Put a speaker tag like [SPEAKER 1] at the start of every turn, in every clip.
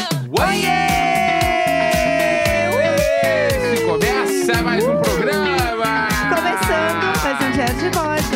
[SPEAKER 1] um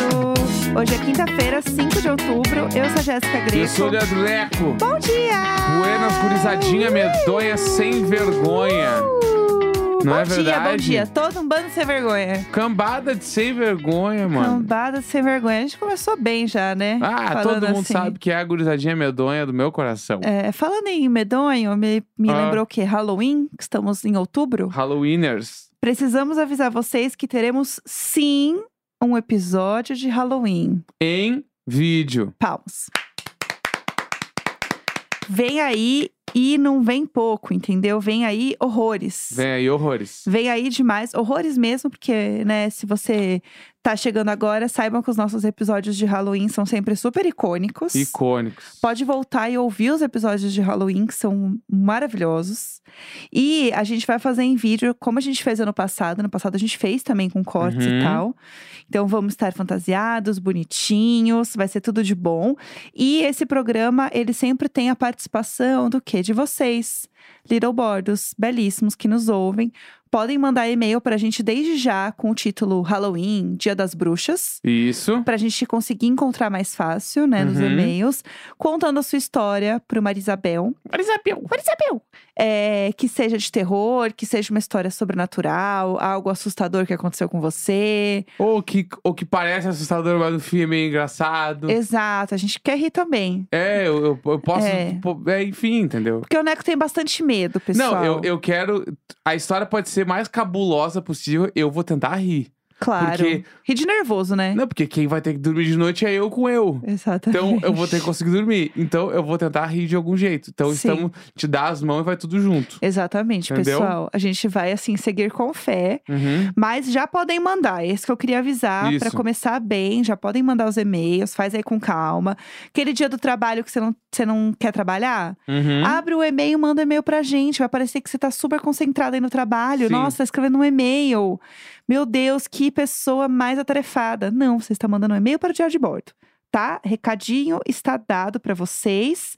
[SPEAKER 2] um Hoje é quinta-feira, 5 de outubro. Eu sou a Jéssica
[SPEAKER 1] Eu sou o
[SPEAKER 2] Greco.
[SPEAKER 1] Leandro Leco.
[SPEAKER 2] Bom dia!
[SPEAKER 1] Buenas, gurizadinha medonha, sem vergonha.
[SPEAKER 2] Uh,
[SPEAKER 1] Não
[SPEAKER 2] bom
[SPEAKER 1] é
[SPEAKER 2] dia, bom
[SPEAKER 1] verdade?
[SPEAKER 2] dia. Todo um bando sem vergonha.
[SPEAKER 1] Cambada de sem vergonha, mano.
[SPEAKER 2] Cambada sem vergonha. A gente começou bem já, né?
[SPEAKER 1] Ah,
[SPEAKER 2] Falando
[SPEAKER 1] todo mundo
[SPEAKER 2] assim.
[SPEAKER 1] sabe que é a gurizadinha medonha do meu coração.
[SPEAKER 2] É, falando em medonho, me, me
[SPEAKER 1] Ah.
[SPEAKER 2] lembrou que é Halloween, que estamos em outubro.
[SPEAKER 1] Halloweeners.
[SPEAKER 2] Precisamos avisar vocês que teremos, sim, um episódio de Halloween.
[SPEAKER 1] Em vídeo.
[SPEAKER 2] Palmas. Vem aí e não vem pouco, entendeu? Vem aí horrores.
[SPEAKER 1] Vem aí, horrores.
[SPEAKER 2] Vem aí demais, horrores mesmo, porque, né, se você tá chegando agora, saibam que os nossos episódios de Halloween são sempre super icônicos.
[SPEAKER 1] Icônicos.
[SPEAKER 2] Pode voltar e ouvir os episódios de Halloween, que são maravilhosos. E a gente vai fazer em vídeo, como a gente fez ano passado. Ano passado a gente fez também com cortes
[SPEAKER 1] Uhum.
[SPEAKER 2] e tal. Então vamos estar fantasiados, bonitinhos, vai ser tudo de bom. E esse programa, ele sempre tem a participação do quê? De vocês, Little Bordos, belíssimos que nos ouvem. Podem mandar e-mail pra gente desde já com o título Halloween, Dia das Bruxas
[SPEAKER 1] Isso.
[SPEAKER 2] pra gente conseguir encontrar mais fácil, né, nos
[SPEAKER 1] Uhum.
[SPEAKER 2] e-mails, contando a sua história pro Marisabel.
[SPEAKER 1] Marisabel.
[SPEAKER 2] Marisabel! É, que seja de terror, que seja uma história sobrenatural, algo assustador que aconteceu com você.
[SPEAKER 1] Ou que, ou que parece assustador, mas no filme é meio engraçado.
[SPEAKER 2] Exato, a gente quer rir também.
[SPEAKER 1] É, eu, eu, eu posso.
[SPEAKER 2] É.
[SPEAKER 1] pô, é, enfim, entendeu?
[SPEAKER 2] Porque o Neco tem bastante medo, pessoal.
[SPEAKER 1] Não, eu, eu quero. A história pode ser mais cabulosa possível, eu vou tentar rir.
[SPEAKER 2] Claro.
[SPEAKER 1] porque-
[SPEAKER 2] Rir de nervoso, né?
[SPEAKER 1] Não, porque quem vai ter que dormir de noite é eu com eu.
[SPEAKER 2] Exatamente.
[SPEAKER 1] Então eu vou ter que conseguir dormir. Então eu vou tentar rir de algum jeito. Então
[SPEAKER 2] Sim.
[SPEAKER 1] estamos. Te dá as mãos e vai tudo junto.
[SPEAKER 2] Exatamente,
[SPEAKER 1] Entendeu?
[SPEAKER 2] pessoal. A gente vai, assim, seguir com fé.
[SPEAKER 1] Uhum.
[SPEAKER 2] Mas já podem mandar, esse que eu queria avisar
[SPEAKER 1] Isso.
[SPEAKER 2] pra começar bem, já podem mandar os e-mails, faz aí com calma. Aquele dia do trabalho que você não, você não quer trabalhar,
[SPEAKER 1] Uhum.
[SPEAKER 2] abre o e-mail, manda um e-mail pra gente, vai parecer que você tá super concentrada aí no trabalho.
[SPEAKER 1] Sim.
[SPEAKER 2] Nossa, tá escrevendo um e-mail. Meu Deus, que pessoa mais atarefada. Não, você está mandando um e-mail para o diário de bordo. Tá? Recadinho está dado pra vocês.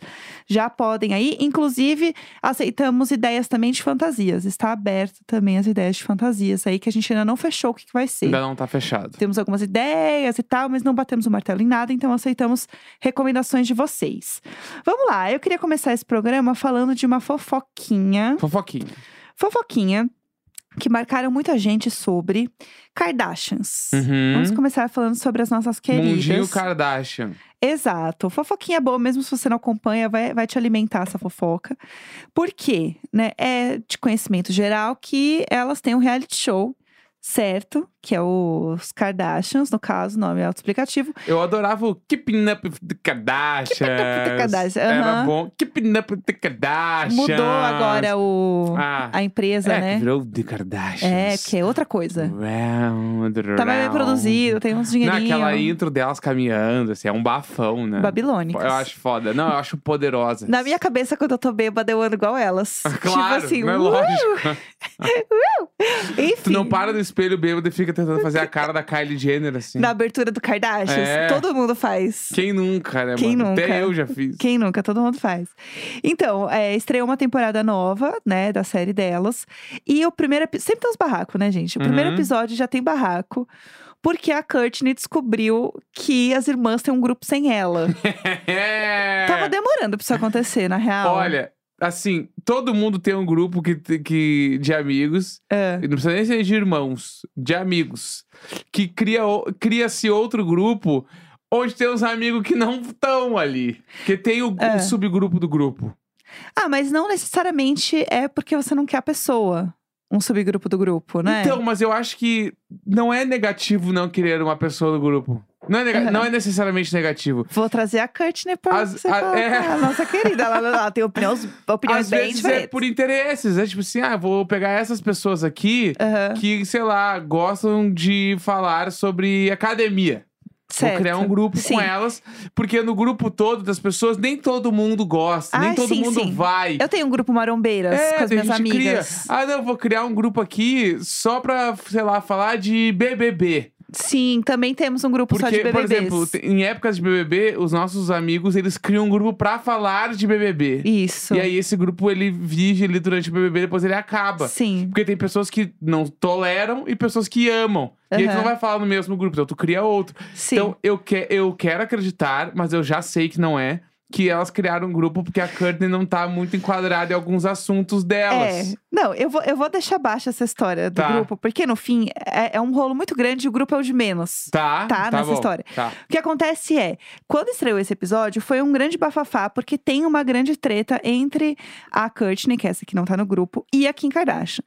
[SPEAKER 2] Já podem aí. Inclusive, aceitamos ideias também de fantasias. Está aberto também as ideias de fantasias aí, que a gente ainda não fechou o que, que vai ser.
[SPEAKER 1] Ainda não tá fechado.
[SPEAKER 2] Temos algumas ideias e tal, mas não batemos o martelo em nada, então aceitamos recomendações de vocês. Vamos lá, eu queria começar esse programa falando de uma fofoquinha.
[SPEAKER 1] Fofoquinha.
[SPEAKER 2] Fofoquinha que marcaram muita gente sobre Kardashians.
[SPEAKER 1] Uhum.
[SPEAKER 2] Vamos começar falando sobre as nossas queridas.
[SPEAKER 1] Mundinho Kardashian.
[SPEAKER 2] Exato. Fofoquinha é boa, mesmo se você não acompanha, vai, vai te alimentar essa fofoca. Por quê? Né? É de conhecimento geral que elas têm um reality show, certo? Que é os Kardashians, no caso, o nome é autoexplicativo.
[SPEAKER 1] Eu adorava o Keeping Up with the Kardashians.
[SPEAKER 2] Keeping Up with the Kardashians,
[SPEAKER 1] Era
[SPEAKER 2] aham.
[SPEAKER 1] bom. Keeping Up with the Kardashians.
[SPEAKER 2] Mudou agora o,
[SPEAKER 1] Ah,
[SPEAKER 2] a empresa,
[SPEAKER 1] é,
[SPEAKER 2] né?
[SPEAKER 1] virou The Kardashians.
[SPEAKER 2] É, porque é outra coisa.
[SPEAKER 1] Round,
[SPEAKER 2] Tá mais bem
[SPEAKER 1] round.
[SPEAKER 2] produzido, um tem uns
[SPEAKER 1] Não, é
[SPEAKER 2] dinheirinhos.
[SPEAKER 1] aquela intro delas caminhando, assim, é um bafão, né?
[SPEAKER 2] Babilônicos.
[SPEAKER 1] Eu acho foda. Não, eu acho poderosa.
[SPEAKER 2] Na minha cabeça, quando eu tô bêbada, eu ando igual elas.
[SPEAKER 1] Claro,
[SPEAKER 2] tipo assim,
[SPEAKER 1] não é
[SPEAKER 2] uh,
[SPEAKER 1] lógico.
[SPEAKER 2] enfim.
[SPEAKER 1] Tu não para no espelho bêbado e fica tentando fazer a cara da Kylie Jenner, assim.
[SPEAKER 2] Na abertura do Kardashians,
[SPEAKER 1] É.
[SPEAKER 2] todo mundo faz.
[SPEAKER 1] Quem nunca, né,
[SPEAKER 2] Quem
[SPEAKER 1] mano?
[SPEAKER 2] nunca?
[SPEAKER 1] Até eu já fiz.
[SPEAKER 2] Quem nunca? Todo mundo faz. Então, é, estreou uma temporada nova, né, da série delas. E o primeiro epi- Sempre tem uns barracos, né, gente? O primeiro
[SPEAKER 1] Uhum.
[SPEAKER 2] episódio já tem barraco. Porque a Courtney descobriu que as irmãs têm um grupo sem ela.
[SPEAKER 1] É.
[SPEAKER 2] Tava demorando pra isso acontecer, na real.
[SPEAKER 1] Olha, assim, todo mundo tem um grupo que, que, de amigos,
[SPEAKER 2] É.
[SPEAKER 1] e não precisa nem ser de irmãos, de amigos, que cria o- cria-se outro grupo onde tem uns amigos que não estão ali. Que tem o, o
[SPEAKER 2] É.
[SPEAKER 1] subgrupo do grupo.
[SPEAKER 2] Ah, mas não necessariamente é porque você não quer a pessoa. Um subgrupo do grupo, né?
[SPEAKER 1] Então, mas eu acho que não é negativo não querer uma pessoa do grupo. Não é, nega-
[SPEAKER 2] Aham.
[SPEAKER 1] não é necessariamente negativo.
[SPEAKER 2] Vou trazer a Courtney pra
[SPEAKER 1] As-
[SPEAKER 2] você
[SPEAKER 1] a-
[SPEAKER 2] falar
[SPEAKER 1] é.
[SPEAKER 2] com a nossa querida. Ela, ela tem opiniões, opiniões
[SPEAKER 1] Às
[SPEAKER 2] bem
[SPEAKER 1] vezes
[SPEAKER 2] diferentes.
[SPEAKER 1] é por interesses. É tipo assim, ah, vou pegar essas pessoas aqui
[SPEAKER 2] Aham,
[SPEAKER 1] que, sei lá, gostam de falar sobre academia. Vou
[SPEAKER 2] certo.
[SPEAKER 1] criar um grupo
[SPEAKER 2] Sim.
[SPEAKER 1] com elas, porque no grupo todo das pessoas, nem todo mundo gosta, nem
[SPEAKER 2] Ai,
[SPEAKER 1] todo
[SPEAKER 2] Ah, sim,
[SPEAKER 1] mundo
[SPEAKER 2] sim.
[SPEAKER 1] vai.
[SPEAKER 2] Eu tenho um grupo marombeiras
[SPEAKER 1] é,
[SPEAKER 2] com as
[SPEAKER 1] daí a
[SPEAKER 2] minhas
[SPEAKER 1] gente
[SPEAKER 2] amigas.
[SPEAKER 1] cria. Ah, não, vou criar um grupo aqui só pra, sei lá, falar de BBB.
[SPEAKER 2] Sim, também temos um grupo só de
[SPEAKER 1] Porque,
[SPEAKER 2] BBBs.
[SPEAKER 1] por exemplo, te- em épocas de BBB, os nossos amigos, eles criam um grupo pra falar de BBB.
[SPEAKER 2] Isso.
[SPEAKER 1] E aí esse grupo, ele vive ali durante o BBB, depois ele acaba.
[SPEAKER 2] Sim.
[SPEAKER 1] Porque tem pessoas que não toleram e pessoas que amam. E aí tu
[SPEAKER 2] Aham.
[SPEAKER 1] não vai falar no mesmo grupo, então tu cria outro.
[SPEAKER 2] Sim.
[SPEAKER 1] Então eu, que, eu quero acreditar, mas eu já sei que não é. Que elas criaram um grupo porque a Courtney não tá muito enquadrada em alguns assuntos delas.
[SPEAKER 2] É. Não, eu vou, eu vou deixar baixa essa história do
[SPEAKER 1] Tá.
[SPEAKER 2] grupo, porque no fim é, é um rolo muito grande e o grupo é o de menos.
[SPEAKER 1] Tá,
[SPEAKER 2] Tá nessa
[SPEAKER 1] bom.
[SPEAKER 2] história.
[SPEAKER 1] Tá.
[SPEAKER 2] O que acontece é, quando estreou esse episódio, foi um grande bafafá, porque tem uma grande treta entre a Courtney, que é essa que não tá no grupo, e a Kim Kardashian.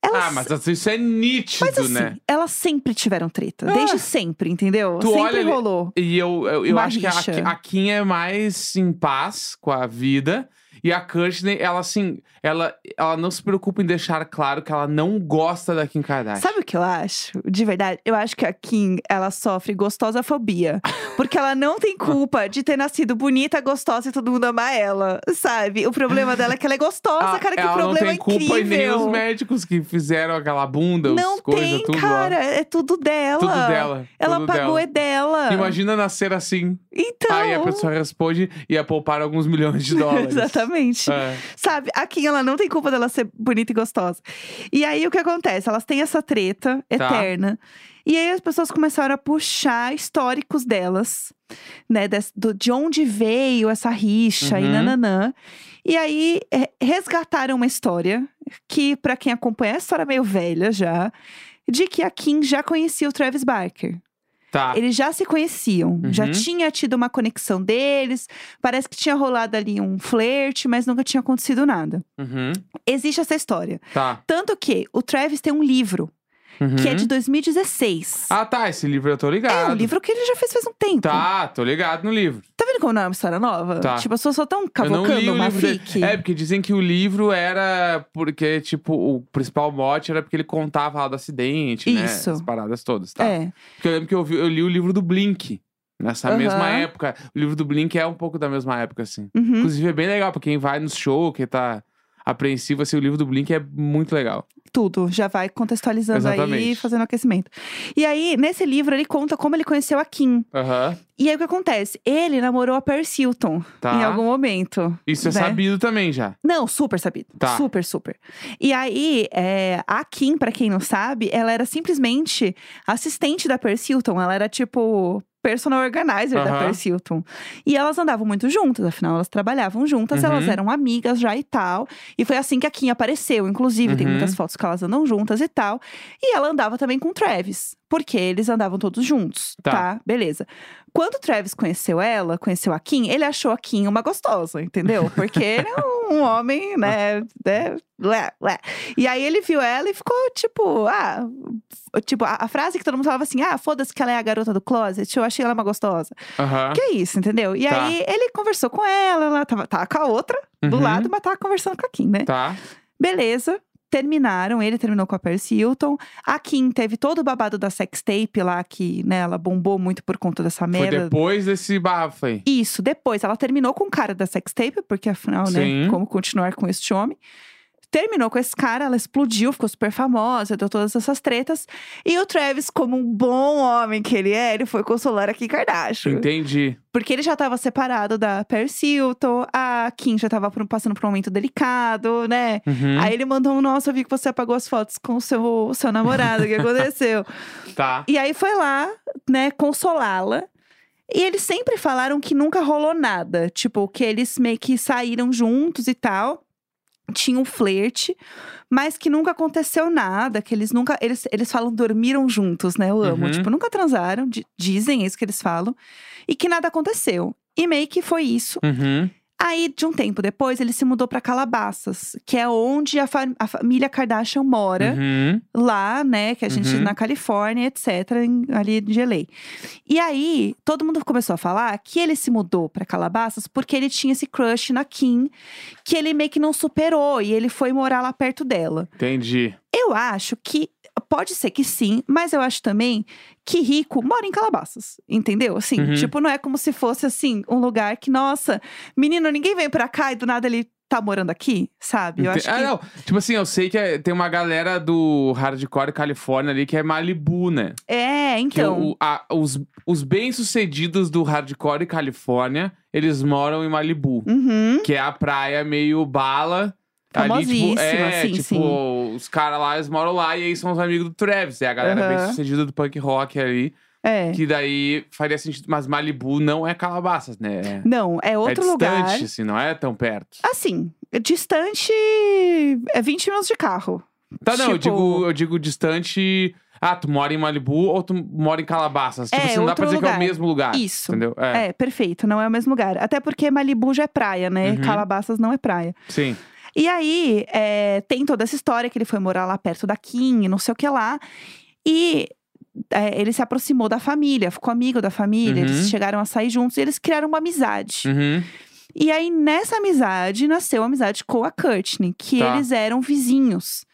[SPEAKER 2] Elas,
[SPEAKER 1] Ah, mas assim, isso é nítido,
[SPEAKER 2] mas assim,
[SPEAKER 1] né?
[SPEAKER 2] elas sempre tiveram treta,
[SPEAKER 1] Ah.
[SPEAKER 2] desde sempre, entendeu?
[SPEAKER 1] Tu
[SPEAKER 2] sempre
[SPEAKER 1] olha ali-
[SPEAKER 2] rolou.
[SPEAKER 1] E eu, eu, eu
[SPEAKER 2] Uma
[SPEAKER 1] acho que a-
[SPEAKER 2] rixa.
[SPEAKER 1] a, Kim é mais em paz com a vida. E a Courtney, ela assim, ela, ela não se preocupa em deixar claro que ela não gosta da Kim Kardashian.
[SPEAKER 2] Sabe o que eu acho? De verdade, eu acho que a Kim, ela sofre gostosafobia. Porque ela não tem culpa de ter nascido bonita, gostosa e todo mundo amar ela, sabe? O problema dela é que ela é gostosa,
[SPEAKER 1] Ah,
[SPEAKER 2] cara, que
[SPEAKER 1] ela
[SPEAKER 2] problema é
[SPEAKER 1] não tem culpa
[SPEAKER 2] incrível.
[SPEAKER 1] e nem os médicos que fizeram aquela bunda,
[SPEAKER 2] não
[SPEAKER 1] as coisas,
[SPEAKER 2] tem,
[SPEAKER 1] tudo
[SPEAKER 2] cara,
[SPEAKER 1] lá.
[SPEAKER 2] é tudo dela.
[SPEAKER 1] Tudo dela.
[SPEAKER 2] Ela
[SPEAKER 1] tudo
[SPEAKER 2] pagou
[SPEAKER 1] dela.
[SPEAKER 2] é dela.
[SPEAKER 1] Imagina nascer assim.
[SPEAKER 2] Então,
[SPEAKER 1] Aí a pessoa responde e ia poupar alguns milhões de dólares.
[SPEAKER 2] exatamente.
[SPEAKER 1] É.
[SPEAKER 2] Sabe, a Kim, ela não tem culpa dela ser bonita e gostosa. E aí, o que acontece? Elas têm essa treta
[SPEAKER 1] Tá.
[SPEAKER 2] eterna. E aí, as pessoas começaram a puxar históricos delas, né? des- do, de onde veio essa rixa e
[SPEAKER 1] Uhum.
[SPEAKER 2] nananã. E aí, é, resgataram uma história que, pra quem acompanha, é uma história meio velha já. De que a Kim já conhecia o Travis Barker.
[SPEAKER 1] Tá.
[SPEAKER 2] Eles já se conheciam, já
[SPEAKER 1] Uhum.
[SPEAKER 2] tinha tido uma conexão deles, parece que tinha rolado ali um flerte, mas nunca tinha acontecido nada.
[SPEAKER 1] Uhum.
[SPEAKER 2] Existe essa história.
[SPEAKER 1] Tá.
[SPEAKER 2] Tanto que o Travis tem um livro, que é
[SPEAKER 1] Uhum.
[SPEAKER 2] de 2016.
[SPEAKER 1] Ah, tá. Esse livro eu tô
[SPEAKER 2] é
[SPEAKER 1] ligado.
[SPEAKER 2] um livro que ele já fez faz um tempo.
[SPEAKER 1] Tá, tô ligado no livro.
[SPEAKER 2] Tá vendo como não é uma história nova?
[SPEAKER 1] Tá.
[SPEAKER 2] Tipo, as pessoas só tão
[SPEAKER 1] Eu não
[SPEAKER 2] cavocando
[SPEAKER 1] li o
[SPEAKER 2] uma
[SPEAKER 1] livro dele.
[SPEAKER 2] fic.
[SPEAKER 1] É, porque dizem que o livro era porque, tipo, o principal mote era porque ele contava lá do acidente, né?
[SPEAKER 2] Isso.
[SPEAKER 1] As paradas todas, tá?
[SPEAKER 2] É.
[SPEAKER 1] Porque eu lembro que eu, vi- eu li o livro do Blink. Nessa
[SPEAKER 2] Aham.
[SPEAKER 1] mesma época. O livro do Blink é um pouco da mesma época, assim.
[SPEAKER 2] Uhum.
[SPEAKER 1] Inclusive, é bem legal pra quem vai no show, quem tá apreensivo, assim, o livro do Blink é muito legal.
[SPEAKER 2] tudo, já vai contextualizando aí,
[SPEAKER 1] Exatamente.
[SPEAKER 2] fazendo aquecimento. E aí, nesse livro, ele conta como ele conheceu a Kim.
[SPEAKER 1] Aham.
[SPEAKER 2] E aí, o que acontece? Ele namorou a Paris Hilton
[SPEAKER 1] Tá.
[SPEAKER 2] em algum momento.
[SPEAKER 1] Isso é
[SPEAKER 2] né?
[SPEAKER 1] sabido também já.
[SPEAKER 2] Não, super sabido.
[SPEAKER 1] Tá.
[SPEAKER 2] Super, super. E aí, é, a Kim, pra quem não sabe, ela era simplesmente assistente da Percy Hilton. Ela era tipo personal organizer da
[SPEAKER 1] Aham.
[SPEAKER 2] Percy Hilton. E elas andavam muito juntas, afinal, elas trabalhavam juntas,
[SPEAKER 1] Uhum.
[SPEAKER 2] elas eram amigas já e tal. E foi assim que a Kim apareceu, inclusive, tem
[SPEAKER 1] Uhum.
[SPEAKER 2] muitas fotos que elas andam juntas e tal. E ela andava também com o Travis, porque eles andavam todos juntos,
[SPEAKER 1] Tá.
[SPEAKER 2] tá? Beleza. Quando o Travis conheceu ela, conheceu a Kim, ele achou a Kim uma gostosa, entendeu? Porque ele é um homem, né? né blé, blé. E aí ele viu ela e ficou tipo, ah. f- Tipo, a, a frase que todo mundo falava assim: ah, foda-se que ela é a garota do closet, eu achei ela uma gostosa.
[SPEAKER 1] Aham.
[SPEAKER 2] Que é isso, entendeu? E
[SPEAKER 1] Ah. Tá.
[SPEAKER 2] aí ele conversou com ela, ela tava, tava com a outra do
[SPEAKER 1] Uhum.
[SPEAKER 2] lado, mas tava conversando com a Kim, né?
[SPEAKER 1] Tá.
[SPEAKER 2] Beleza. Terminaram, ele terminou com a Percy Hilton. A Kim teve todo o babado da sextape lá, que né, ela bombou muito por conta dessa
[SPEAKER 1] Foi
[SPEAKER 2] merda.
[SPEAKER 1] depois desse bafo aí.
[SPEAKER 2] Isso, depois. Ela terminou com o cara da sextape, porque afinal, né,
[SPEAKER 1] Sim.
[SPEAKER 2] como continuar com este homem. Terminou com esse cara, ela explodiu, ficou super famosa, deu todas essas tretas. E o Travis, como um bom homem que ele é, ele foi consolar a Kim Kardashian.
[SPEAKER 1] Entendi.
[SPEAKER 2] Porque ele já tava separado da Paris Hilton, a Kim já tava por- passando por um momento delicado, né?
[SPEAKER 1] Uhum.
[SPEAKER 2] Aí ele mandou um, nossa, eu vi que você apagou as fotos com o seu, o seu namorado, o que aconteceu?
[SPEAKER 1] Tá.
[SPEAKER 2] E aí foi lá, né, consolá-la. E eles sempre falaram que nunca rolou nada. Tipo, que eles meio que saíram juntos e tal. Tinha um flerte, mas que nunca aconteceu nada, que eles nunca. Eles, eles falam dormiram juntos, né? Eu amo.
[SPEAKER 1] Uhum.
[SPEAKER 2] Tipo, nunca transaram, di- dizem isso que eles falam. E que nada aconteceu. E meio que foi isso.
[SPEAKER 1] Uhum.
[SPEAKER 2] Aí, de um tempo depois, ele se mudou pra Calabasas, que é onde a, fa- a família Kardashian mora,
[SPEAKER 1] Uhum.
[SPEAKER 2] lá, né? Que a gente
[SPEAKER 1] Uhum.
[SPEAKER 2] na Califórnia, etc., em- ali de LA. E aí, todo mundo começou a falar que ele se mudou pra Calabasas porque ele tinha esse crush na Kim, que ele meio que não superou e ele foi morar lá perto dela.
[SPEAKER 1] Entendi.
[SPEAKER 2] Eu acho que. Pode ser que sim, mas eu acho também que rico mora em Calabasas, entendeu? Assim,
[SPEAKER 1] Uhum.
[SPEAKER 2] tipo, não é como se fosse assim um lugar que, nossa, menino, ninguém vem pra cá e do nada ele tá morando aqui, sabe? Eu acho
[SPEAKER 1] Ente-
[SPEAKER 2] que.
[SPEAKER 1] Ah, não. Tipo assim, eu sei que é- tem uma galera do hardcore Califórnia ali que é Malibu, né?
[SPEAKER 2] É,
[SPEAKER 1] Que
[SPEAKER 2] então.
[SPEAKER 1] o- a- os, os bem-sucedidos do hardcore Califórnia, eles moram em Malibu.
[SPEAKER 2] Uhum.
[SPEAKER 1] Que é a praia meio bala. Ali, tipo,
[SPEAKER 2] Famosíssima,
[SPEAKER 1] é,
[SPEAKER 2] sim,
[SPEAKER 1] tipo,
[SPEAKER 2] assim, sim.
[SPEAKER 1] os caras lá, eles moram lá e aí são os amigos do Travis. É a galera
[SPEAKER 2] Aham.
[SPEAKER 1] bem-sucedida do punk rock ali.
[SPEAKER 2] É.
[SPEAKER 1] Que daí faria sentido. Mas Malibu não é Calabasas, né? É,
[SPEAKER 2] Não, é
[SPEAKER 1] é
[SPEAKER 2] outro
[SPEAKER 1] distante,
[SPEAKER 2] lugar.
[SPEAKER 1] assim, não é tão perto.
[SPEAKER 2] Assim, distante é 20 minutos de carro.
[SPEAKER 1] Tá, não, eu,
[SPEAKER 2] tipo-
[SPEAKER 1] digo, eu digo distante. Ah, tu mora em Malibu ou tu mora em Calabasas. Tipo,
[SPEAKER 2] É,
[SPEAKER 1] assim, não dá pra
[SPEAKER 2] outro
[SPEAKER 1] dizer que é
[SPEAKER 2] lugar.
[SPEAKER 1] o mesmo lugar.
[SPEAKER 2] Isso.
[SPEAKER 1] Entendeu? É,
[SPEAKER 2] É. perfeito, não é o mesmo lugar. Até porque Malibu já é praia, né?
[SPEAKER 1] Uhum.
[SPEAKER 2] Calabasas não é praia.
[SPEAKER 1] sim.
[SPEAKER 2] E aí, é, tem toda essa história que ele foi morar lá perto da Kim, não sei o que lá. E é, ele se aproximou da família, ficou amigo da família.
[SPEAKER 1] Uhum.
[SPEAKER 2] Eles chegaram a sair juntos e eles criaram uma amizade.
[SPEAKER 1] Uhum.
[SPEAKER 2] E aí, nessa amizade, nasceu a amizade com a Courtney, que
[SPEAKER 1] Tá.
[SPEAKER 2] eles eram vizinhos.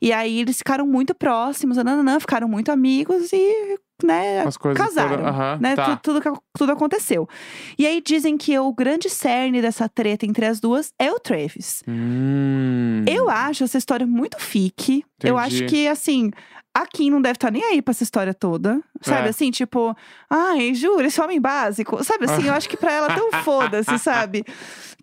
[SPEAKER 2] E aí, eles ficaram muito próximos, nananã, ficaram muito amigos e, né,
[SPEAKER 1] As coisas
[SPEAKER 2] casaram,
[SPEAKER 1] foram- aham,
[SPEAKER 2] né,
[SPEAKER 1] tá.
[SPEAKER 2] tu- tudo, que- tudo aconteceu. E aí dizem que o grande cerne dessa treta entre as duas é o Travis.
[SPEAKER 1] Hum.
[SPEAKER 2] Eu acho essa história muito fique. Eu acho
[SPEAKER 1] Entendi.
[SPEAKER 2] que, assim, a Kim não deve estar nem aí pra essa história toda. Sabe
[SPEAKER 1] É.
[SPEAKER 2] assim, tipo, ai, juro, esse homem básico. Sabe assim, eu acho que pra ela é tão foda-se, sabe?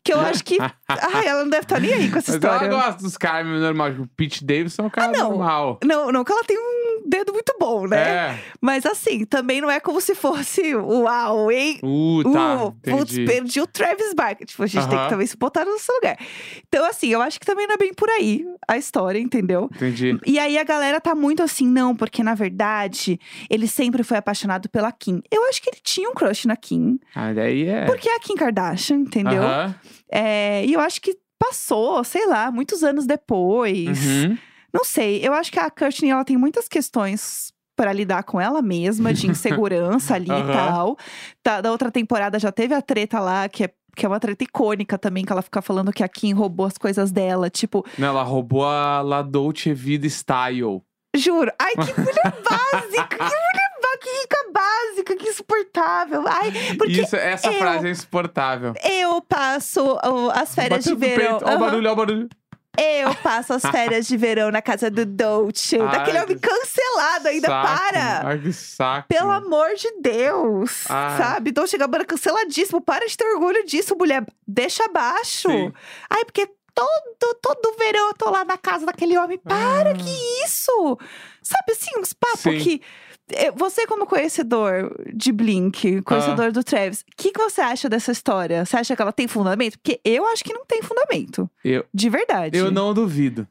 [SPEAKER 2] Que eu acho que. Ai, ela não deve estar nem aí com essa
[SPEAKER 1] Mas ela
[SPEAKER 2] história. Ah,
[SPEAKER 1] gosta dos caras normais. O Pete Davidson é um cara
[SPEAKER 2] não.
[SPEAKER 1] normal.
[SPEAKER 2] Não, não que ela tem um dedo muito bom, né?
[SPEAKER 1] É.
[SPEAKER 2] Mas assim, também não é como se fosse uau, hein?
[SPEAKER 1] Uh, tá.
[SPEAKER 2] Uh, putz,
[SPEAKER 1] entendi.
[SPEAKER 2] perdi o Travis Barker. Tipo, a gente tem
[SPEAKER 1] Aham.
[SPEAKER 2] que também se botar no seu lugar. Então, assim, eu acho que também não é bem por aí a história, entendeu?
[SPEAKER 1] Entendi.
[SPEAKER 2] E aí a galera tá muito assim, não, porque na verdade ele sempre foi apaixonado pela Kim. Eu acho que ele tinha um crush na Kim,
[SPEAKER 1] Ah, daí é.
[SPEAKER 2] porque é a Kim Kardashian, entendeu?
[SPEAKER 1] Aham.
[SPEAKER 2] É, e eu acho que passou, sei lá, muitos anos depois.
[SPEAKER 1] Uhum.
[SPEAKER 2] Não sei, eu acho que a Courtney, ela tem muitas questões pra lidar com ela mesma, de insegurança ali
[SPEAKER 1] Aham.
[SPEAKER 2] e tal. Tá, da outra temporada já teve a treta lá, que é, que é uma treta icônica também, que ela fica falando que a Kim roubou as coisas dela. Tipo,
[SPEAKER 1] Não, ela roubou a La Dolce Vida Style.
[SPEAKER 2] juro, ai, que mulher básica, que mulher básica, que rica básica, que insuportável. Ai, porque
[SPEAKER 1] Isso, essa
[SPEAKER 2] eu-
[SPEAKER 1] frase é insuportável.
[SPEAKER 2] eu passo ó, as férias
[SPEAKER 1] Bateu
[SPEAKER 2] de
[SPEAKER 1] no
[SPEAKER 2] verão.
[SPEAKER 1] peito. Ó o
[SPEAKER 2] Aham.
[SPEAKER 1] barulho, ó o barulho.
[SPEAKER 2] Eu passo as férias de verão na casa do Dolce.
[SPEAKER 1] Ai,
[SPEAKER 2] daquele homem
[SPEAKER 1] que
[SPEAKER 2] cancelado ainda,
[SPEAKER 1] Ah, Saco.
[SPEAKER 2] para!
[SPEAKER 1] Ai, que saco.
[SPEAKER 2] Pelo amor de Deus,
[SPEAKER 1] Ah.
[SPEAKER 2] sabe? Dolce Gabbana canceladíssimo. Para de ter orgulho disso, mulher. Deixa abaixo.
[SPEAKER 1] Sim.
[SPEAKER 2] Ai, porque todo, todo verão eu tô lá na casa daquele homem. Para,
[SPEAKER 1] Ah.
[SPEAKER 2] que isso? Sabe assim, uns papos
[SPEAKER 1] Sim.
[SPEAKER 2] que... eh, Você como conhecedor de Blink, conhecedor
[SPEAKER 1] Ah.
[SPEAKER 2] do Travis, o que, que você acha dessa história? Você acha que ela tem fundamento? Porque eu acho que não tem fundamento.
[SPEAKER 1] Eu-
[SPEAKER 2] De verdade.
[SPEAKER 1] Eu não duvido.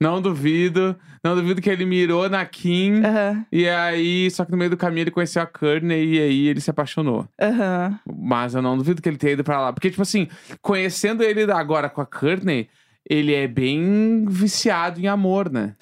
[SPEAKER 1] Não duvido. Não duvido que ele mirou na Kim.
[SPEAKER 2] Aham,
[SPEAKER 1] E aí, só que no meio do caminho ele conheceu a Courtney e aí ele se apaixonou.
[SPEAKER 2] aham.
[SPEAKER 1] Mas eu não duvido que ele tenha ido pra lá. Porque, tipo assim, conhecendo ele agora com a Courtney, ele é bem viciado em amor, né?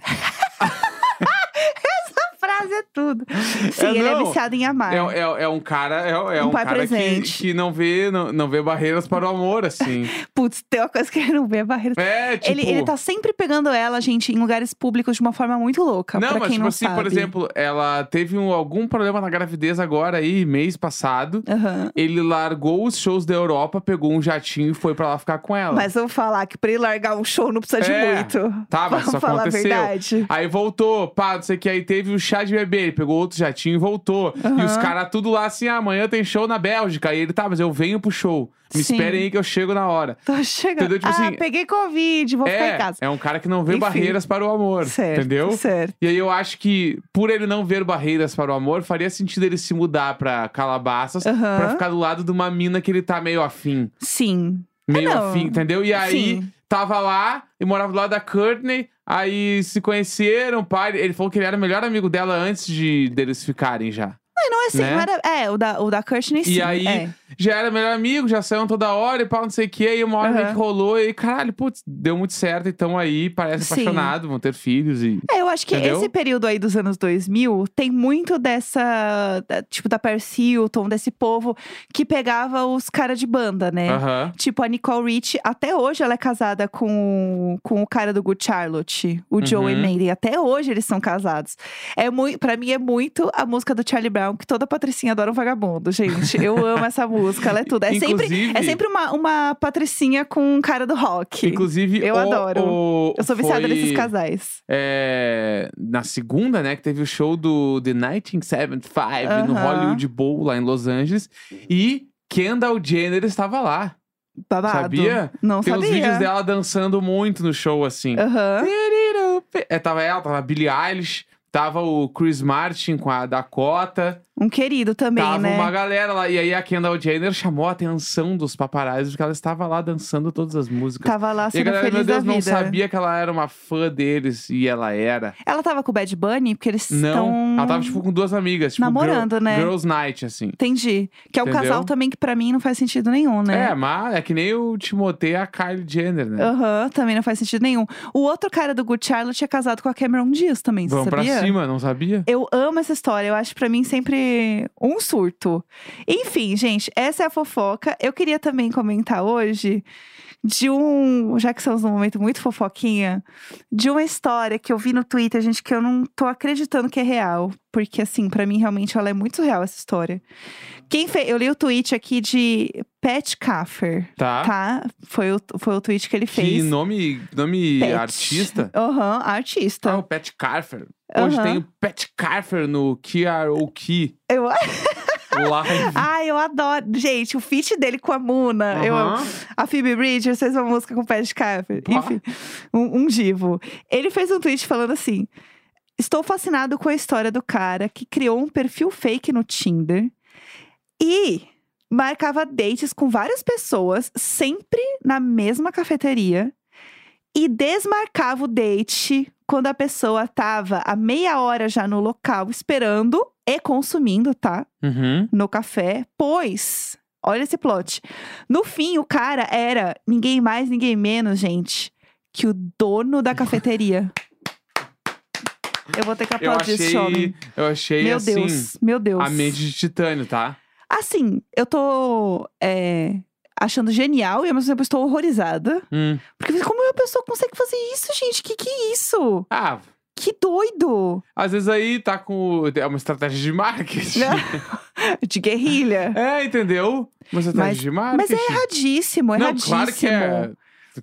[SPEAKER 2] A frase é tudo. Sim, ele é
[SPEAKER 1] não.
[SPEAKER 2] viciado em amar.
[SPEAKER 1] É, é, é um cara, é, é
[SPEAKER 2] Um
[SPEAKER 1] um,
[SPEAKER 2] pai
[SPEAKER 1] cara que,
[SPEAKER 2] presente.
[SPEAKER 1] que não, vê, não, não vê barreiras para o amor, assim.
[SPEAKER 2] Putz, tem uma coisa que ele não vê, a barreira
[SPEAKER 1] É, tipo...
[SPEAKER 2] Ele, ele tá sempre pegando ela, gente, em lugares públicos de uma forma muito louca.
[SPEAKER 1] Não,
[SPEAKER 2] pra
[SPEAKER 1] mas
[SPEAKER 2] quem
[SPEAKER 1] tipo
[SPEAKER 2] não
[SPEAKER 1] assim,
[SPEAKER 2] sabe.
[SPEAKER 1] por exemplo, ela teve um- algum problema na gravidez agora aí, mês passado.
[SPEAKER 2] Aham.
[SPEAKER 1] Ele largou os shows da Europa, pegou um jatinho e foi pra lá ficar com ela.
[SPEAKER 2] Mas vou falar que pra ele largar um show não precisa de
[SPEAKER 1] É.
[SPEAKER 2] muito.
[SPEAKER 1] Tá, mas
[SPEAKER 2] Vamos
[SPEAKER 1] isso
[SPEAKER 2] falar
[SPEAKER 1] aconteceu.
[SPEAKER 2] a verdade.
[SPEAKER 1] Aí voltou, pá, não sei o que. Aí teve o chá de bebê, ele pegou outro jatinho e voltou. E
[SPEAKER 2] Aham.
[SPEAKER 1] os caras tudo lá assim, ah, amanhã tem show na Bélgica. E ele, tá, mas eu venho pro show. Me
[SPEAKER 2] Sim.
[SPEAKER 1] esperem aí que eu chego na hora.
[SPEAKER 2] Tô chegando.
[SPEAKER 1] Entendeu? Tipo
[SPEAKER 2] ah,
[SPEAKER 1] assim,
[SPEAKER 2] peguei Covid, vou ficar
[SPEAKER 1] é,
[SPEAKER 2] em casa.
[SPEAKER 1] é um cara que não vê
[SPEAKER 2] Enfim.
[SPEAKER 1] barreiras para o amor,
[SPEAKER 2] certo.
[SPEAKER 1] entendeu?
[SPEAKER 2] Certo.
[SPEAKER 1] E aí eu acho que, por ele não ver barreiras para o amor, faria sentido ele se mudar pra Calabasas
[SPEAKER 2] Aham.
[SPEAKER 1] pra ficar do lado de uma mina que ele tá meio afim.
[SPEAKER 2] Sim.
[SPEAKER 1] Meio
[SPEAKER 2] É, não.
[SPEAKER 1] afim, entendeu? E aí,
[SPEAKER 2] Sim.
[SPEAKER 1] tava lá e morava do lado da Courtney. Aí se conheceram, pai. Ele falou que ele era o melhor amigo dela antes de deles ficarem já.
[SPEAKER 2] Mas não é assim,
[SPEAKER 1] né?
[SPEAKER 2] não era. É, o da, o da Courtney sim.
[SPEAKER 1] E aí,
[SPEAKER 2] é.
[SPEAKER 1] já era melhor amigo, já saíam toda hora e pau, não sei o quê. E uma hora
[SPEAKER 2] Aham.
[SPEAKER 1] meio que rolou e, caralho, putz, deu muito certo. Então aí parece
[SPEAKER 2] Sim.
[SPEAKER 1] apaixonado, vão ter filhos e.
[SPEAKER 2] É, eu acho que
[SPEAKER 1] Entendeu?
[SPEAKER 2] esse período aí dos anos 2000 tem muito dessa. da- tipo, da Paris Hilton, desse povo que pegava os caras de banda, né?
[SPEAKER 1] Aham.
[SPEAKER 2] Tipo, a Nicole Rich, até hoje ela é casada com, o- com o cara do Good Charlotte, o Joey
[SPEAKER 1] Uhum.
[SPEAKER 2] Maiden. Até hoje eles são casados. É muito, para mim é muito a música do Charlie Brown que toda Patricinha adora um vagabundo, gente. Eu amo essa música, ela é tudo. É sempre, é
[SPEAKER 1] Inclusive-
[SPEAKER 2] sempre uma, uma Patricinha com um cara do rock.
[SPEAKER 1] Inclusive,
[SPEAKER 2] Eu
[SPEAKER 1] o-
[SPEAKER 2] adoro.
[SPEAKER 1] o-
[SPEAKER 2] Eu sou viciada
[SPEAKER 1] foi,
[SPEAKER 2] nesses casais.
[SPEAKER 1] é, na segunda, né, que teve o show do The 1975 no
[SPEAKER 2] Aham.
[SPEAKER 1] Hollywood Bowl, lá em Los Angeles. E Kendall Jenner estava lá.
[SPEAKER 2] Babado.
[SPEAKER 1] Sabia?
[SPEAKER 2] Não
[SPEAKER 1] Tem
[SPEAKER 2] sabia.
[SPEAKER 1] os vídeos dela dançando muito no show, assim.
[SPEAKER 2] Aham.
[SPEAKER 1] É, tava ela, tava a Billie Eilish, tava o Chris Martin com a Dakota,
[SPEAKER 2] Um querido também,
[SPEAKER 1] tava
[SPEAKER 2] né?
[SPEAKER 1] uma galera lá. E aí a Kendall Jenner chamou a atenção dos paparazzi, porque ela estava lá dançando todas as músicas.
[SPEAKER 2] Tava lá
[SPEAKER 1] e a
[SPEAKER 2] sendo
[SPEAKER 1] galera,
[SPEAKER 2] feliz
[SPEAKER 1] meu Deus,
[SPEAKER 2] da
[SPEAKER 1] não
[SPEAKER 2] vida.
[SPEAKER 1] sabia que ela era uma fã deles, e ela era.
[SPEAKER 2] Ela tava com o Bad Bunny, porque eles estão.
[SPEAKER 1] Não, ela tava, tipo, com duas amigas. Tipo,
[SPEAKER 2] namorando,
[SPEAKER 1] girl-
[SPEAKER 2] né?
[SPEAKER 1] Girls Night, assim.
[SPEAKER 2] Entendi. Que é um
[SPEAKER 1] Entendeu?
[SPEAKER 2] casal também que pra mim não faz sentido nenhum, né? Ah,
[SPEAKER 1] É, mas é que nem o Timothée e a Kylie Jenner, né?
[SPEAKER 2] Aham, também não faz sentido nenhum. O outro cara do Good Charlotte é casado com a Cameron Diaz também, você
[SPEAKER 1] Vamos
[SPEAKER 2] sabia?
[SPEAKER 1] pra cima, não sabia?
[SPEAKER 2] Eu amo essa história, eu acho pra mim sempre um surto. Enfim, gente, essa é a fofoca. Eu queria também comentar hoje de um, já que estamos num momento muito fofoquinha, de uma história que eu vi no Twitter, gente, que eu não tô acreditando que é real, porque assim, pra mim realmente ela é muito real essa história. Quem fez, eu li o tweet aqui de Pat Caffer,
[SPEAKER 1] Tá.
[SPEAKER 2] tá? Foi o, foi o tweet que ele
[SPEAKER 1] Que
[SPEAKER 2] fez.
[SPEAKER 1] nome, nome
[SPEAKER 2] Pet.
[SPEAKER 1] artista?
[SPEAKER 2] Aham,
[SPEAKER 1] Tá,
[SPEAKER 2] artista.
[SPEAKER 1] o Pat Carfer. Ah, Hoje
[SPEAKER 2] Aham.
[SPEAKER 1] tem o Pat Carfer no KROK
[SPEAKER 2] Eu
[SPEAKER 1] Live.
[SPEAKER 2] Ai, eu adoro. Gente, o feat dele com a Muna. Ah, Eu amo.
[SPEAKER 1] Aham.
[SPEAKER 2] A Phoebe Bridgers fez uma música com o Pat Carver.
[SPEAKER 1] Pá.
[SPEAKER 2] Enfim, um, um divo. Ele fez um tweet falando assim: Estou fascinado com a história do cara que criou um perfil fake no Tinder e marcava dates com várias pessoas, sempre na mesma cafeteria, e desmarcava o date quando a pessoa tava a meia hora já no local esperando e consumindo, tá?
[SPEAKER 1] Uhum.
[SPEAKER 2] no café, pois, olha esse plot. No fim, o cara era ninguém mais, ninguém menos, gente, que o dono da cafeteria. Eu vou ter que
[SPEAKER 1] Eu
[SPEAKER 2] aplaudir esse
[SPEAKER 1] achei,
[SPEAKER 2] homem.
[SPEAKER 1] eu achei
[SPEAKER 2] Meu
[SPEAKER 1] assim,
[SPEAKER 2] Deus, meu Deus.
[SPEAKER 1] a mente de titânio, tá?
[SPEAKER 2] Assim, eu tô é, achando genial e ao mesmo tempo estou horrorizada.
[SPEAKER 1] Hum.
[SPEAKER 2] Porque como uma pessoa consegue fazer isso, gente? Que que é isso?
[SPEAKER 1] Ah,
[SPEAKER 2] Que doido!
[SPEAKER 1] às vezes aí tá com... É uma estratégia de marketing.
[SPEAKER 2] De guerrilha.
[SPEAKER 1] É, entendeu? Uma estratégia
[SPEAKER 2] Mas-
[SPEAKER 1] de
[SPEAKER 2] Mas
[SPEAKER 1] marketing.
[SPEAKER 2] é erradíssimo,
[SPEAKER 1] Não,
[SPEAKER 2] erradíssimo.
[SPEAKER 1] claro que é.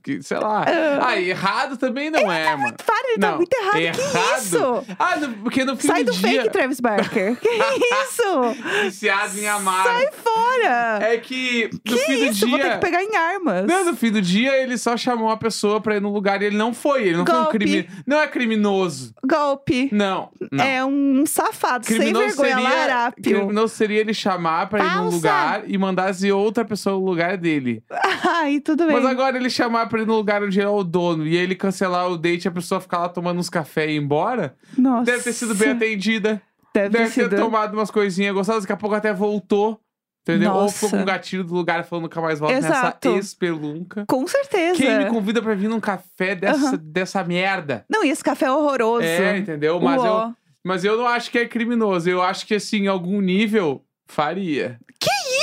[SPEAKER 1] Que, sei lá.
[SPEAKER 2] Ah.
[SPEAKER 1] Ah, errado também não é, mano.
[SPEAKER 2] Para, ele tá
[SPEAKER 1] Não,
[SPEAKER 2] muito errado.
[SPEAKER 1] errado?
[SPEAKER 2] Que isso?
[SPEAKER 1] Ah, no- porque no fim
[SPEAKER 2] Sai
[SPEAKER 1] do,
[SPEAKER 2] do
[SPEAKER 1] dia,
[SPEAKER 2] fake, Travis Barker. Que isso?
[SPEAKER 1] viciado em amar.
[SPEAKER 2] Sai fora!
[SPEAKER 1] É que no
[SPEAKER 2] que
[SPEAKER 1] fim
[SPEAKER 2] isso?
[SPEAKER 1] do
[SPEAKER 2] Vou ter
[SPEAKER 1] dia.
[SPEAKER 2] que pegar em armas.
[SPEAKER 1] Não, no fim do dia ele só chamou a pessoa pra ir num lugar e ele não foi. Ele não foi um
[SPEAKER 2] Golpe.
[SPEAKER 1] crime. Não é criminoso.
[SPEAKER 2] Golpe.
[SPEAKER 1] Não. não.
[SPEAKER 2] É um safado,
[SPEAKER 1] Criminoso
[SPEAKER 2] sem vergonha,
[SPEAKER 1] seria,
[SPEAKER 2] larápio.
[SPEAKER 1] Criminoso seria ele chamar pra ir num
[SPEAKER 2] Falsa.
[SPEAKER 1] lugar e mandasse outra pessoa no lugar dele.
[SPEAKER 2] Ai, tudo bem.
[SPEAKER 1] Mas agora ele chamar pra ir num lugar onde é o dono e ele cancelar o date e a pessoa ficar lá tomando uns café e ir embora,
[SPEAKER 2] Nossa.
[SPEAKER 1] deve ter sido bem atendida.
[SPEAKER 2] Deve,
[SPEAKER 1] Deve,
[SPEAKER 2] ter sido.
[SPEAKER 1] ter tomado umas coisinhas gostosas, daqui a pouco até voltou. Entendeu? Ou ficou
[SPEAKER 2] Nossa.
[SPEAKER 1] com o gatilho do lugar falando nunca mais volta
[SPEAKER 2] Exato.
[SPEAKER 1] nessa espelunca.
[SPEAKER 2] Com certeza.
[SPEAKER 1] Quem me convida pra vir num café dessa,
[SPEAKER 2] Aham.
[SPEAKER 1] dessa merda?
[SPEAKER 2] Não, e esse café é horroroso.
[SPEAKER 1] É, entendeu? Mas
[SPEAKER 2] Uó.
[SPEAKER 1] eu, mas eu não acho que é criminoso. Eu acho que, assim, em algum nível, faria.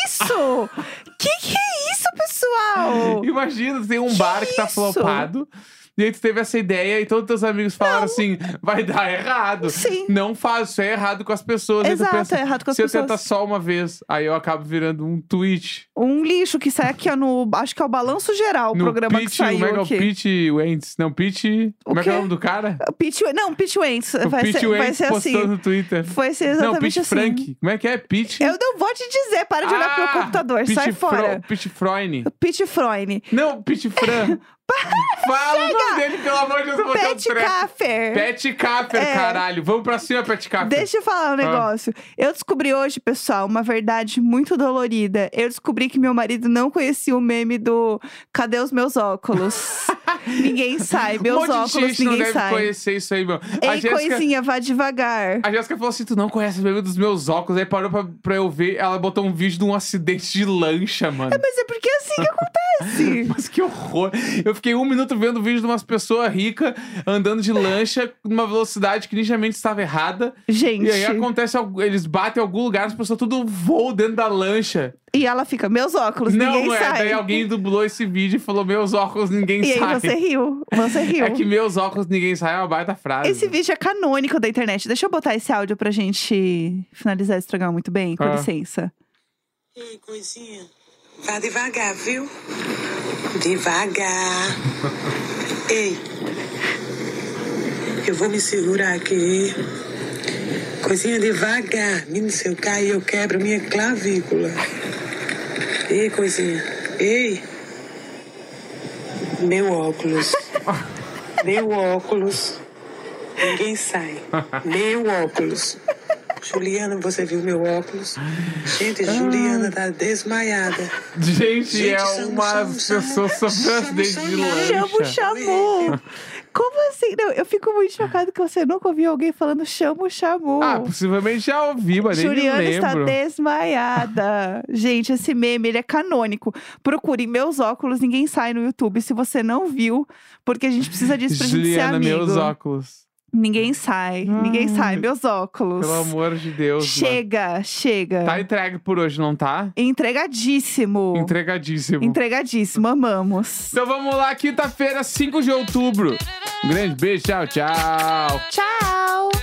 [SPEAKER 2] Isso! que que é isso, pessoal?
[SPEAKER 1] Imagina, tu tem um bar que tá
[SPEAKER 2] isso?
[SPEAKER 1] flopado. E aí tu teve essa ideia e todos teus amigos falaram assim, vai dar errado.
[SPEAKER 2] Sim.
[SPEAKER 1] Não faz, isso é errado com as pessoas. Aí tu
[SPEAKER 2] Exato,
[SPEAKER 1] pensa,
[SPEAKER 2] é errado com as
[SPEAKER 1] Se eu
[SPEAKER 2] pessoas.
[SPEAKER 1] tentar só uma vez, aí eu acabo virando um tweet.
[SPEAKER 2] Um lixo que sai aqui, ó, no. Acho que é o Balanço Geral, o
[SPEAKER 1] no
[SPEAKER 2] programa
[SPEAKER 1] Pitch,
[SPEAKER 2] que saiu
[SPEAKER 1] como é que é o
[SPEAKER 2] aqui.
[SPEAKER 1] Pete Wentz? Não, Pete...
[SPEAKER 2] O
[SPEAKER 1] Como é que é o
[SPEAKER 2] quê?
[SPEAKER 1] nome do cara?
[SPEAKER 2] Pete, não, Pete Wentz.
[SPEAKER 1] O
[SPEAKER 2] Vai
[SPEAKER 1] Pete
[SPEAKER 2] ser, vai
[SPEAKER 1] Wentz
[SPEAKER 2] ser
[SPEAKER 1] postou
[SPEAKER 2] assim.
[SPEAKER 1] no Twitter.
[SPEAKER 2] Vai ser
[SPEAKER 1] né? Não,
[SPEAKER 2] exatamente
[SPEAKER 1] Pete
[SPEAKER 2] assim.
[SPEAKER 1] Frank. Como é que é? Ah! Pete...
[SPEAKER 2] Eu não vou te dizer, para de olhar pro meu computador, sai fora.
[SPEAKER 1] Pete Froine.
[SPEAKER 2] Pete Freune.
[SPEAKER 1] Não, Pete Fran. Fala o nome dele, pelo amor de Deus, eu vou
[SPEAKER 2] Pet
[SPEAKER 1] ter um treco.
[SPEAKER 2] Caffer.
[SPEAKER 1] Pet Caffer,
[SPEAKER 2] É.
[SPEAKER 1] caralho. Vamos pra cima, Pet Caffer.
[SPEAKER 2] Deixa eu
[SPEAKER 1] Ah.
[SPEAKER 2] falar um negócio. Eu descobri hoje, pessoal, uma verdade muito dolorida. Eu descobri que meu marido não conhecia o meme do Cadê os meus óculos? ninguém sai,
[SPEAKER 1] um
[SPEAKER 2] meus
[SPEAKER 1] monte de
[SPEAKER 2] óculos,
[SPEAKER 1] gente não
[SPEAKER 2] ninguém
[SPEAKER 1] deve
[SPEAKER 2] sai.
[SPEAKER 1] conhecer isso aí, meu. a
[SPEAKER 2] Ei,
[SPEAKER 1] Jéssica...
[SPEAKER 2] coisinha, vá devagar.
[SPEAKER 1] A Jéssica falou assim: tu não conhece o bebê dos meus óculos. Aí parou pra, pra eu ver. Ela botou um vídeo de um acidente de lancha, mano.
[SPEAKER 2] Mas é porque é assim que acontece.
[SPEAKER 1] Mas que horror! Eu fiquei um minuto vendo o vídeo de umas pessoas ricas andando de lancha numa velocidade que nitidamente estava errada.
[SPEAKER 2] Gente.
[SPEAKER 1] E aí acontece, algu- eles batem em algum lugar, as pessoas tudo voam dentro da lancha.
[SPEAKER 2] E ela fica, meus óculos, ninguém
[SPEAKER 1] Não, é,
[SPEAKER 2] sai.
[SPEAKER 1] daí alguém dublou esse vídeo e falou: Meus óculos, ninguém
[SPEAKER 2] E
[SPEAKER 1] sai.
[SPEAKER 2] aí você riu, você riu.
[SPEAKER 1] É que meus óculos, ninguém sai é uma baita frase.
[SPEAKER 2] Esse vídeo é canônico da internet. Deixa eu botar esse áudio pra gente finalizar esse programa muito bem, com
[SPEAKER 1] Ah.
[SPEAKER 2] licença.
[SPEAKER 3] Ei, coisinha. Vá devagar, viu? Devagar. Ei. Eu vou me segurar aqui. Coisinha devagar. Menino, se eu cair, eu quebro minha clavícula. Ei, coisinha. Ei. Meu óculos. Meu óculos. Ninguém sai. Meu óculos. Juliana, você viu meu óculos? Gente, Juliana tá desmaiada.
[SPEAKER 1] Gente,
[SPEAKER 3] Gente,
[SPEAKER 1] é
[SPEAKER 3] chama,
[SPEAKER 1] uma
[SPEAKER 3] chama, chama.
[SPEAKER 1] pessoa sofreu um
[SPEAKER 3] Chama,
[SPEAKER 1] acidente de
[SPEAKER 3] chama.
[SPEAKER 1] lancha.
[SPEAKER 2] Chama o Chamu! Como assim? Não, eu fico muito chocada que você nunca ouviu alguém falando chama o Chamu.
[SPEAKER 1] Ah, possivelmente já ouvi, mas nem me
[SPEAKER 2] Juliana está
[SPEAKER 1] lembro.
[SPEAKER 2] desmaiada. Gente, esse meme, ele é canônico. Procure meus óculos, ninguém sai no YouTube se você não viu, porque a gente precisa disso pra gente ser
[SPEAKER 1] Juliana,
[SPEAKER 2] amigo.
[SPEAKER 1] meus óculos.
[SPEAKER 2] Ninguém sai, ninguém
[SPEAKER 1] Ai,
[SPEAKER 2] sai, meus óculos.
[SPEAKER 1] Pelo amor de Deus. mano.
[SPEAKER 2] chega, chega.
[SPEAKER 1] Tá entregue por hoje, não tá?
[SPEAKER 2] Entregadíssimo.
[SPEAKER 1] Entregadíssimo.
[SPEAKER 2] Entregadíssimo, amamos.
[SPEAKER 1] Então vamos lá, quinta-feira, 5 de outubro. Um grande beijo, tchau, tchau.
[SPEAKER 2] Tchau!